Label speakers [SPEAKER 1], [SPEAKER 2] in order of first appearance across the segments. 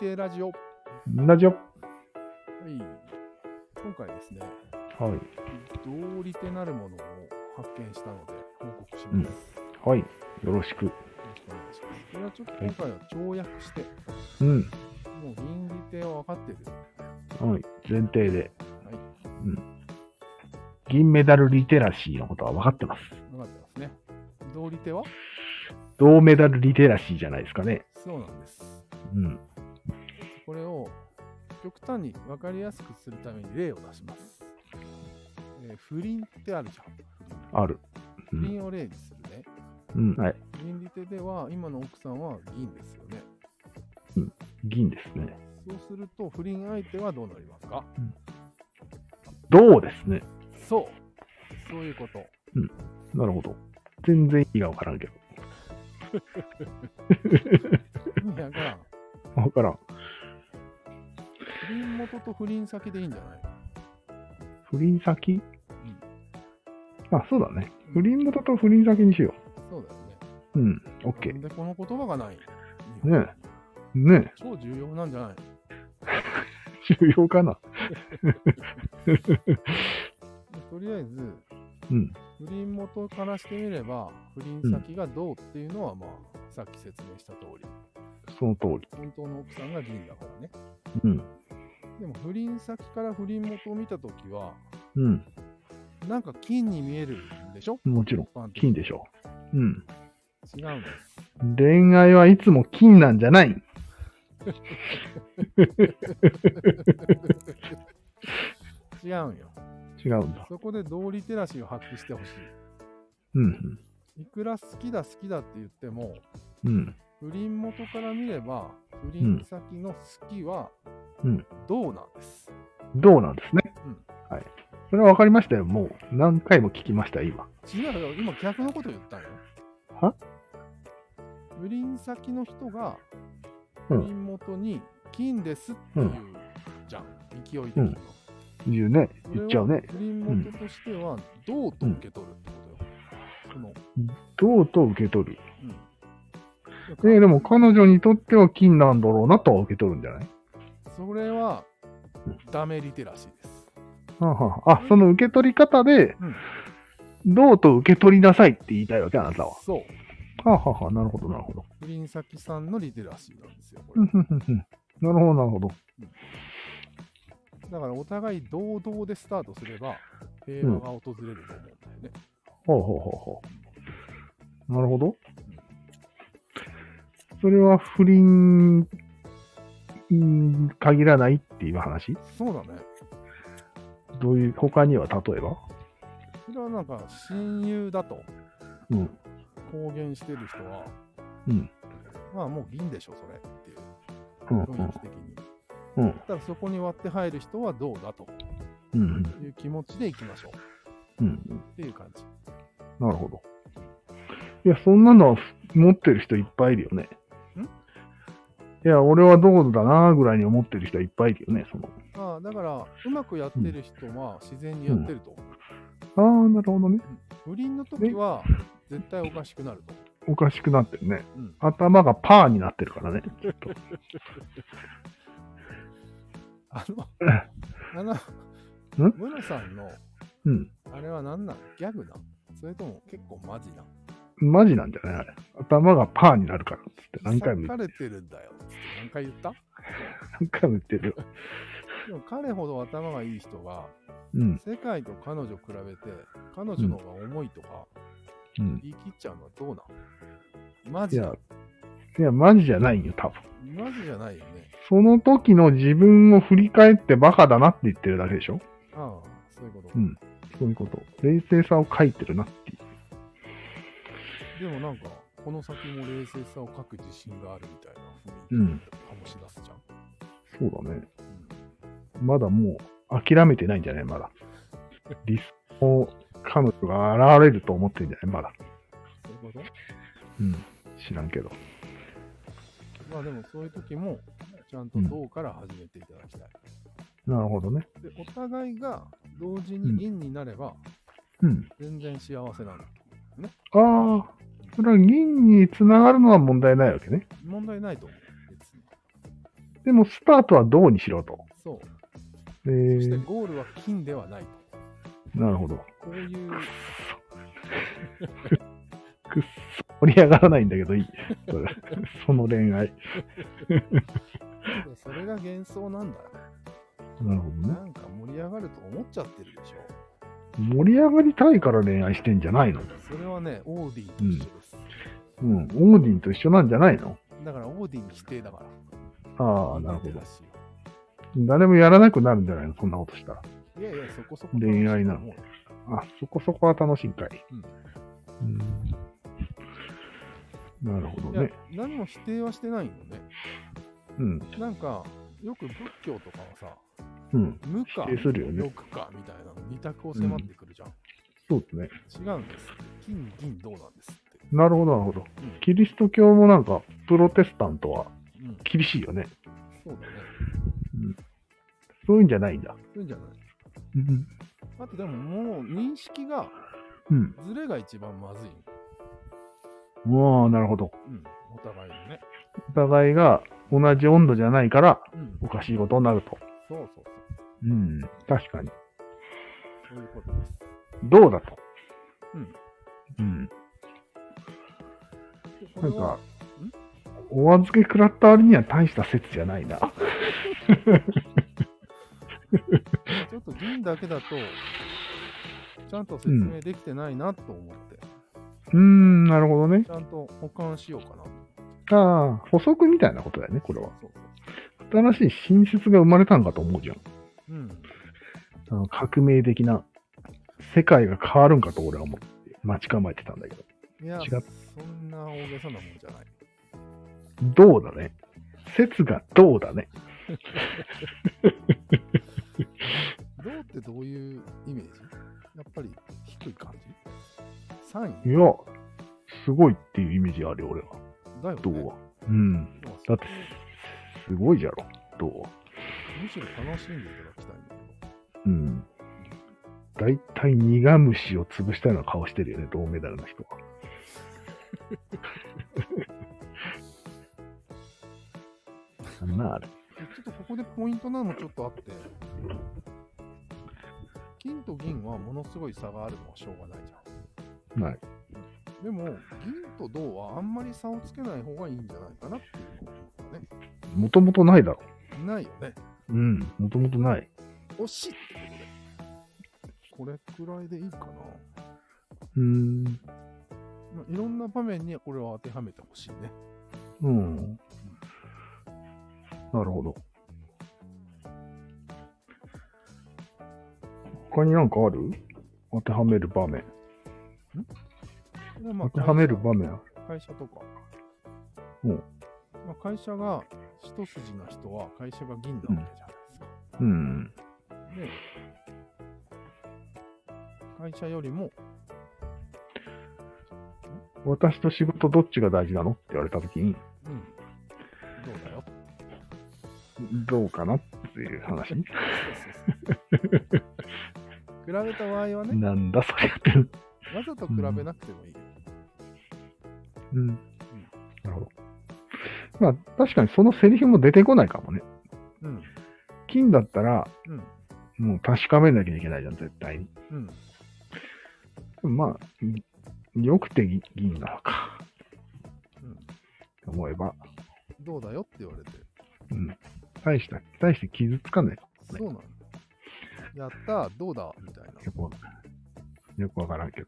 [SPEAKER 1] 性ラジオ、は、
[SPEAKER 2] ラジオ。はい
[SPEAKER 1] 今回ですね、
[SPEAKER 2] い。
[SPEAKER 1] 道理手なるものを発見したので報告します。よ
[SPEAKER 2] はい。よろしく。
[SPEAKER 1] ろしくお願いします。これはちょっと今回は跳躍して、
[SPEAKER 2] う
[SPEAKER 1] も
[SPEAKER 2] ん。
[SPEAKER 1] う倫理手を分かってですね、
[SPEAKER 2] はい。前提で。
[SPEAKER 1] はい、
[SPEAKER 2] 銀メダルリテラシーのことは分かってます。
[SPEAKER 1] 分かってますね。道理手は
[SPEAKER 2] 銅メダルリテラシーじゃないですかね。
[SPEAKER 1] そうなんです。
[SPEAKER 2] うん。
[SPEAKER 1] これを極端に分かりやすくするために例を出します。えー不倫ってあるじゃ。
[SPEAKER 2] ある。うん
[SPEAKER 1] 不
[SPEAKER 2] ん。
[SPEAKER 1] 倫を例にするね。
[SPEAKER 2] うん。はい。
[SPEAKER 1] 倫理手では今の奥さんは銀ですよね。
[SPEAKER 2] 銀ですね。
[SPEAKER 1] そうすると不倫相手はどうなりますか
[SPEAKER 2] 銅ですね。
[SPEAKER 1] そうそういうこと。
[SPEAKER 2] なるほど。全然意味が分からんけど。
[SPEAKER 1] 意味わからん。
[SPEAKER 2] 分からん。
[SPEAKER 1] 不倫元と不倫先でいいんじゃない
[SPEAKER 2] 不倫先あ、そうだね。不倫元と不倫先にしよ
[SPEAKER 1] そうだよね。
[SPEAKER 2] う。うん。オッケ
[SPEAKER 1] な
[SPEAKER 2] ー。
[SPEAKER 1] んでこの言葉がない日本
[SPEAKER 2] ねえ。ね
[SPEAKER 1] 超重要なんじゃない
[SPEAKER 2] え。 重要かな。
[SPEAKER 1] とりあえず、
[SPEAKER 2] うん。
[SPEAKER 1] 不倫元からしてみれば、不倫先がどうっていうのは、まあ、さっき説明した通り、
[SPEAKER 2] その通り。
[SPEAKER 1] 本当の奥さんが銀だからね。
[SPEAKER 2] うん。
[SPEAKER 1] でも、不倫先から不倫元を見たときは、
[SPEAKER 2] うん。
[SPEAKER 1] なんか金に見えるんでしょ
[SPEAKER 2] もちろん。金でし
[SPEAKER 1] ょ
[SPEAKER 2] ょう。うん。
[SPEAKER 1] 違うんです。
[SPEAKER 2] 恋愛はいつも金なんじゃない
[SPEAKER 1] 違うんよ。
[SPEAKER 2] 違うんだ。
[SPEAKER 1] そこで道理テラシーを発揮してほし
[SPEAKER 2] うん。
[SPEAKER 1] い。いくら好きだ好きだって言っても、
[SPEAKER 2] うん。
[SPEAKER 1] 不倫元から見れば、不倫先の好きは
[SPEAKER 2] うん、
[SPEAKER 1] どうなんです。
[SPEAKER 2] どうなんですね。
[SPEAKER 1] うん
[SPEAKER 2] はい。それは分かりましたよ。もう何回も聞きましたよ、今。
[SPEAKER 1] 違うよ、今逆のこと言ったんよ。
[SPEAKER 2] は
[SPEAKER 1] 不倫先の人が、
[SPEAKER 2] う
[SPEAKER 1] 不
[SPEAKER 2] ん
[SPEAKER 1] 倫元に金ですっていう、
[SPEAKER 2] うん
[SPEAKER 1] じゃん、勢い的には。
[SPEAKER 2] 言うね。
[SPEAKER 1] それ
[SPEAKER 2] 言
[SPEAKER 1] を
[SPEAKER 2] っちゃうね。
[SPEAKER 1] 不倫元としては、どうと受け取るってことよ。その、
[SPEAKER 2] どうと受け取る。
[SPEAKER 1] うん。
[SPEAKER 2] えでも彼女にとっては金なんだろうなとは受け取るんじゃない
[SPEAKER 1] それは
[SPEAKER 2] うん、
[SPEAKER 1] ダメリテラシーです。
[SPEAKER 2] はあはああ、その受け取り方で、
[SPEAKER 1] うん
[SPEAKER 2] どうと受け取りなさいって言いたいわけ、あなたは。は
[SPEAKER 1] そう。
[SPEAKER 2] あ、はあはあ、なるほど、なるほど。
[SPEAKER 1] 不倫先さんのリテラシーなんですよ、こ
[SPEAKER 2] う
[SPEAKER 1] れ
[SPEAKER 2] ん。うんうんうんなるほど、なるほど。
[SPEAKER 1] だからお互い堂々でスタートすれば平和が訪れると思うんだよね。
[SPEAKER 2] ほうほうほうほう。なるほど。それは不倫に限らないっていう話
[SPEAKER 1] そうだね。
[SPEAKER 2] どういう、他には例えば
[SPEAKER 1] それはなんか親友だと
[SPEAKER 2] うん。
[SPEAKER 1] 公言してる人は、
[SPEAKER 2] うん。
[SPEAKER 1] まあもう銀でしょ、それっていう
[SPEAKER 2] うん。
[SPEAKER 1] 雰囲気的に。
[SPEAKER 2] うん。
[SPEAKER 1] ただそこに割って入る人はどうだと
[SPEAKER 2] うん。
[SPEAKER 1] いう気持ちでいきましょ
[SPEAKER 2] うん。うん
[SPEAKER 1] うっていう感じ。
[SPEAKER 2] なるほど。いや、そんなのは持ってる人いっぱいいるよね。
[SPEAKER 1] ん
[SPEAKER 2] いや、俺はどうだなぐらいに思ってる人はいっぱいいるよね、その。
[SPEAKER 1] ああだからうまくやってる人は自然にやってると。
[SPEAKER 2] ああ、なるほどね。
[SPEAKER 1] 不倫の時は絶対おかしくなると。
[SPEAKER 2] おかしくなってるね。
[SPEAKER 1] うん
[SPEAKER 2] 頭がパーになってるからね。きっと
[SPEAKER 1] あの、あの、
[SPEAKER 2] ん
[SPEAKER 1] ムロさんの
[SPEAKER 2] うん。
[SPEAKER 1] あれは何なんギャグなんそれとも結構マジなん
[SPEAKER 2] マジなんじゃないあれ。頭がパーになるからっつって何回も
[SPEAKER 1] 裂
[SPEAKER 2] 言
[SPEAKER 1] か
[SPEAKER 2] っ
[SPEAKER 1] れてるんだよつって何回言った
[SPEAKER 2] 何回も言ってるよ。
[SPEAKER 1] でも彼ほど頭がいい人が
[SPEAKER 2] うん。
[SPEAKER 1] 世界と彼女比べて彼女の方が重いとか
[SPEAKER 2] うん。
[SPEAKER 1] 言い切っちゃうのはどうなんマ
[SPEAKER 2] い
[SPEAKER 1] ジ
[SPEAKER 2] や
[SPEAKER 1] だ、
[SPEAKER 2] いや、マジじゃないよ、多分。
[SPEAKER 1] マジじゃないよね
[SPEAKER 2] その時の自分を振り返ってバカだなって言ってるだけでしょ
[SPEAKER 1] ああそういうこと、
[SPEAKER 2] うんそういうこと。冷静さを書いてるなっていう。
[SPEAKER 1] でもなんかこの先も冷静さを書く自信があるみたいな
[SPEAKER 2] う
[SPEAKER 1] 雰囲
[SPEAKER 2] ん
[SPEAKER 1] 気を醸し出すじゃん、
[SPEAKER 2] そうだね。
[SPEAKER 1] うん
[SPEAKER 2] まだもう諦めてないんじゃないまだ。理想を彼女が現れると思ってるんじゃないまだ。
[SPEAKER 1] そういうこと
[SPEAKER 2] うん。知らんけど。
[SPEAKER 1] まあでもそういう時もちゃんと銅から始めていただきたい、
[SPEAKER 2] なるほどね。
[SPEAKER 1] でお互いが同時に銀になれば
[SPEAKER 2] うん。
[SPEAKER 1] 全然幸せなんだ、
[SPEAKER 2] ああ、それは銀につながるのは問題ないわけね。
[SPEAKER 1] 問題ないと思う別に
[SPEAKER 2] でも、スタートは銅にしろと。
[SPEAKER 1] そう。
[SPEAKER 2] え
[SPEAKER 1] そして
[SPEAKER 2] ー、
[SPEAKER 1] ゴールは金ではないと。
[SPEAKER 2] なるほど。
[SPEAKER 1] こういう、
[SPEAKER 2] くっそ、盛り上がらないんだけどいい。それその恋愛。
[SPEAKER 1] それが幻想なんだよね。
[SPEAKER 2] なるほどね。
[SPEAKER 1] なんか盛り上がると思っちゃってるでしょ。
[SPEAKER 2] 盛り上がりたいから恋愛してんじゃないの
[SPEAKER 1] それはね、オーディンと一緒です。
[SPEAKER 2] うん。オーディンと一緒なんじゃないの
[SPEAKER 1] だからオーディン否定だから。
[SPEAKER 2] ああ、なるほど
[SPEAKER 1] 苦手。だし
[SPEAKER 2] 誰もやらなくなるんじゃないのそんなことしたら。
[SPEAKER 1] いやいや、そこそこ。
[SPEAKER 2] 恋愛なの
[SPEAKER 1] も
[SPEAKER 2] あ、そこそこは楽しいんかい。うん。なるほど
[SPEAKER 1] ういや
[SPEAKER 2] ね。、
[SPEAKER 1] 何も否定はしてないよね。
[SPEAKER 2] うん。
[SPEAKER 1] なんか、よく仏教とかはさ、
[SPEAKER 2] うん。
[SPEAKER 1] 無か、
[SPEAKER 2] 否定するよね
[SPEAKER 1] 欲かみたいなの二択を迫ってくるじゃん。
[SPEAKER 2] そうですね。
[SPEAKER 1] 違うんですって。金、銀、銅なんですって。
[SPEAKER 2] なるほど、なるほど
[SPEAKER 1] ん。
[SPEAKER 2] キリスト教もなんか、プロテスタントは
[SPEAKER 1] うん、
[SPEAKER 2] 厳しいよね。
[SPEAKER 1] そうだね。
[SPEAKER 2] そういうんじゃないんだ。
[SPEAKER 1] そういうんじゃない。
[SPEAKER 2] うん。
[SPEAKER 1] あとでももう認識が、
[SPEAKER 2] うん。
[SPEAKER 1] ズレが一番まずいの。
[SPEAKER 2] ああ、なるほど。
[SPEAKER 1] うん、お互いのね。
[SPEAKER 2] お互いが同じ温度じゃないから、
[SPEAKER 1] うん、
[SPEAKER 2] おかしいことになると。
[SPEAKER 1] そうそうそう。
[SPEAKER 2] うん。確かに。
[SPEAKER 1] そういうことです。
[SPEAKER 2] どうだと。
[SPEAKER 1] うん。
[SPEAKER 2] うん。
[SPEAKER 1] でこ
[SPEAKER 2] な
[SPEAKER 1] れ
[SPEAKER 2] ん
[SPEAKER 1] は
[SPEAKER 2] か、お預け食らった割には大した説じゃないな。
[SPEAKER 1] ちょっと銀だけだと、ちゃんと説明できてないなと思って、
[SPEAKER 2] うーん、なるほどね。
[SPEAKER 1] ちゃんと保管しようかなと。
[SPEAKER 2] ああ、補足みたいなことだよね、これは。
[SPEAKER 1] そうそう
[SPEAKER 2] 新しい新説が生まれたんかと思うじゃん。
[SPEAKER 1] そう。うん。
[SPEAKER 2] あの革命的な。世界が変わるんかと俺は思って、待ち構えてたんだけど。
[SPEAKER 1] いや、
[SPEAKER 2] 違っ
[SPEAKER 1] そんな大げさなもんじゃない。
[SPEAKER 2] どうだね。説がどうだね。
[SPEAKER 1] 銅ってどういうイメージやっぱり低い感じ ?3
[SPEAKER 2] い
[SPEAKER 1] 位
[SPEAKER 2] や、すごいっていうイメージあるよ、俺は。
[SPEAKER 1] だよね。
[SPEAKER 2] 銅は。うん。
[SPEAKER 1] でも
[SPEAKER 2] だって、すごいじゃろ、銅は。
[SPEAKER 1] むしろ楽しんでいただきたいんだけ
[SPEAKER 2] うん。大体苦虫を潰したような顔してるよね、銅メダルの人は。 なんなんあ
[SPEAKER 1] ど。
[SPEAKER 2] れ。
[SPEAKER 1] ちょっとここでポイントなのちょっとあって、金と銀はものすごい差があるのはしょうがないじゃん。
[SPEAKER 2] ない。
[SPEAKER 1] でも、銀と銅はあんまり差をつけない方がいいんじゃないかなっていうのがね。
[SPEAKER 2] もともとないだろ。
[SPEAKER 1] ないよね。
[SPEAKER 2] うん。もともとない。
[SPEAKER 1] 惜しいってことで。これくらいでいいかな。
[SPEAKER 2] うーん。
[SPEAKER 1] まあいろんな場面にこれを当てはめてほしいね。
[SPEAKER 2] うん。なるほど。他になんかある当てはめる場面。
[SPEAKER 1] これはま
[SPEAKER 2] 当
[SPEAKER 1] あ
[SPEAKER 2] てはめる場面ある。
[SPEAKER 1] 会社とか。
[SPEAKER 2] うん
[SPEAKER 1] まあ、会社が一筋な人は会社が銀なわけじゃないですか。
[SPEAKER 2] うん。
[SPEAKER 1] で、会社よりも、
[SPEAKER 2] 私と仕事どっちが大事なのって言われたとき
[SPEAKER 1] う
[SPEAKER 2] に、
[SPEAKER 1] ん、どうだよ。
[SPEAKER 2] どうかなっていう話。
[SPEAKER 1] そうそうそう比べた場合はね、
[SPEAKER 2] なんだそれって。
[SPEAKER 1] わざと比べなくてもいいよ。
[SPEAKER 2] うん。なるほど。まあ、確かにそのセリフも出てこないかもね。
[SPEAKER 1] うん。
[SPEAKER 2] 金だったら、
[SPEAKER 1] うん。
[SPEAKER 2] もう確かめなきゃいけないじゃん、絶対に。
[SPEAKER 1] うん。
[SPEAKER 2] でもまあ、よくて銀銀なのか、
[SPEAKER 1] うん。
[SPEAKER 2] と思えば、
[SPEAKER 1] どうだよって言われて。
[SPEAKER 2] うん。大した、大して傷つかないかも
[SPEAKER 1] そうな
[SPEAKER 2] ね。
[SPEAKER 1] んだ。やったー、どうだみたいな。
[SPEAKER 2] よくわよくわからんけど。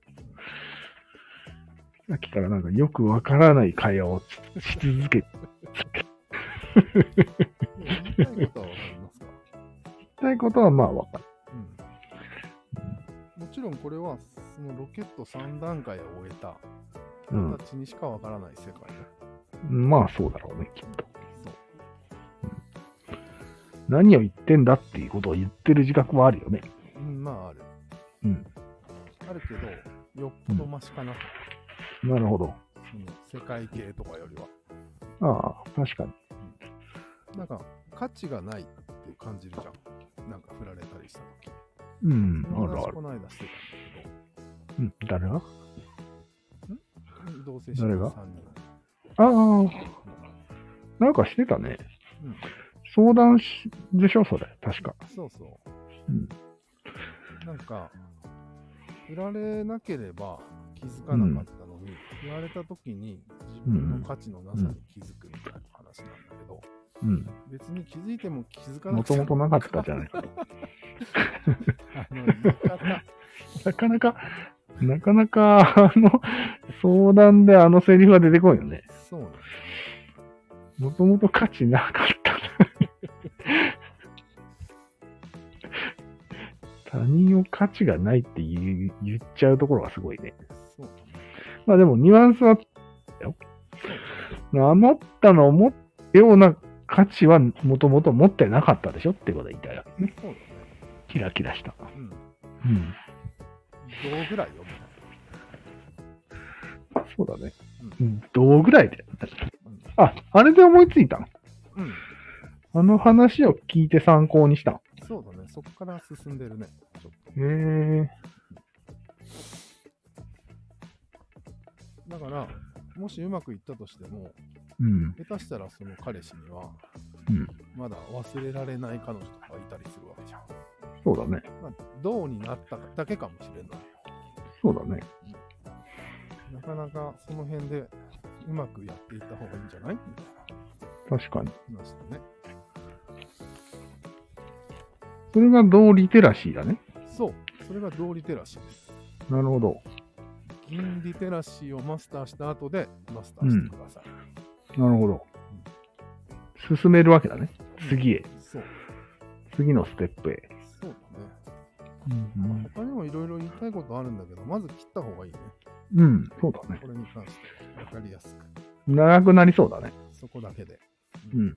[SPEAKER 2] さっきからなんかよくわからない会話をしし続けて
[SPEAKER 1] でも言いたいことはわかりますか
[SPEAKER 2] たいことはまあわかる。
[SPEAKER 1] うん。もちろんこれは、そのロケット3段階を終えた
[SPEAKER 2] うん
[SPEAKER 1] 人たちにしかわからない世界だ。
[SPEAKER 2] まあそうだろうね、きっと。
[SPEAKER 1] そう。
[SPEAKER 2] 何を言ってんだっていうことを言ってる自覚はあるよね。
[SPEAKER 1] うん、まあある。
[SPEAKER 2] うん。
[SPEAKER 1] あるけど、よっぽどマシかな。
[SPEAKER 2] なるほど。
[SPEAKER 1] その世界系とかよりは。
[SPEAKER 2] ああ、確かに。
[SPEAKER 1] なんか、価値がないって感じるじゃん。なんか振られたりした時。
[SPEAKER 2] うん
[SPEAKER 1] そ、の
[SPEAKER 2] ある
[SPEAKER 1] 話
[SPEAKER 2] ある
[SPEAKER 1] こ。の間してたんだけど。
[SPEAKER 2] うん、誰が
[SPEAKER 1] 同棲して
[SPEAKER 2] 誰が
[SPEAKER 1] 3人。
[SPEAKER 2] ああ、なんかしてたね。
[SPEAKER 1] うん
[SPEAKER 2] 相談しでしょ、それ。確か。
[SPEAKER 1] そうそう。
[SPEAKER 2] うん
[SPEAKER 1] なんか、振られなければ気づかなかったのに、振られた時に自分の価値のなさに気づくみたいな話なんだけど、
[SPEAKER 2] うん。
[SPEAKER 1] 別に気づいても気づかな
[SPEAKER 2] も
[SPEAKER 1] くて
[SPEAKER 2] ともと
[SPEAKER 1] も、
[SPEAKER 2] なかったじゃないか。
[SPEAKER 1] あの、言い方、
[SPEAKER 2] なかなか、なかなか、あの、相談であのセリフは出てこいよね。
[SPEAKER 1] そうなんだよね
[SPEAKER 2] もともと価値なかった。他人を価値がないって言う言っちゃうところがすごいね。
[SPEAKER 1] そうなんだね
[SPEAKER 2] まあでもニュアンスはあったよ。あなたの思ったような価値はもともと持ってなかったでしょってことは言いたいわけね。
[SPEAKER 1] そうだね。
[SPEAKER 2] キラキラした。
[SPEAKER 1] うん。
[SPEAKER 2] う
[SPEAKER 1] どう
[SPEAKER 2] ん。
[SPEAKER 1] ぐらいよ、みたいな。
[SPEAKER 2] そうだね
[SPEAKER 1] うん。
[SPEAKER 2] うん。どうぐらいで
[SPEAKER 1] うん
[SPEAKER 2] あ、あれで思いついたの
[SPEAKER 1] うん、
[SPEAKER 2] あの話を聞いて参考にしたの。
[SPEAKER 1] そうだね。そこから進んでるね。ちょっと
[SPEAKER 2] へえ。
[SPEAKER 1] だから、もしうまくいったとしても、
[SPEAKER 2] うん。
[SPEAKER 1] 下手したらその彼氏には、
[SPEAKER 2] うん
[SPEAKER 1] まだ忘れられない彼女とかいたりするわけじゃん。
[SPEAKER 2] そうだね。
[SPEAKER 1] まあ、どうになったかだけかもしれない。
[SPEAKER 2] そうだね。
[SPEAKER 1] なかなかその辺でうまくやっていった方がいいんじゃないみたい
[SPEAKER 2] 確かに。
[SPEAKER 1] な話だね。
[SPEAKER 2] それが同リテラシーだね。
[SPEAKER 1] そう、それが同リテラシーです。
[SPEAKER 2] なるほど。
[SPEAKER 1] 銀リテラシーをマスターした後でマスターしてください。
[SPEAKER 2] なるほど。進めるわけだね。次へ。
[SPEAKER 1] そう、
[SPEAKER 2] 次のステップへ。
[SPEAKER 1] そうだね。まあ他にもいろいろ言いたいことあるんだけど、まず切った方がいいね。
[SPEAKER 2] うん、そうだね。
[SPEAKER 1] これに関しては分かりやすく。
[SPEAKER 2] 長くなりそうだね。
[SPEAKER 1] そこだけで。
[SPEAKER 2] うん。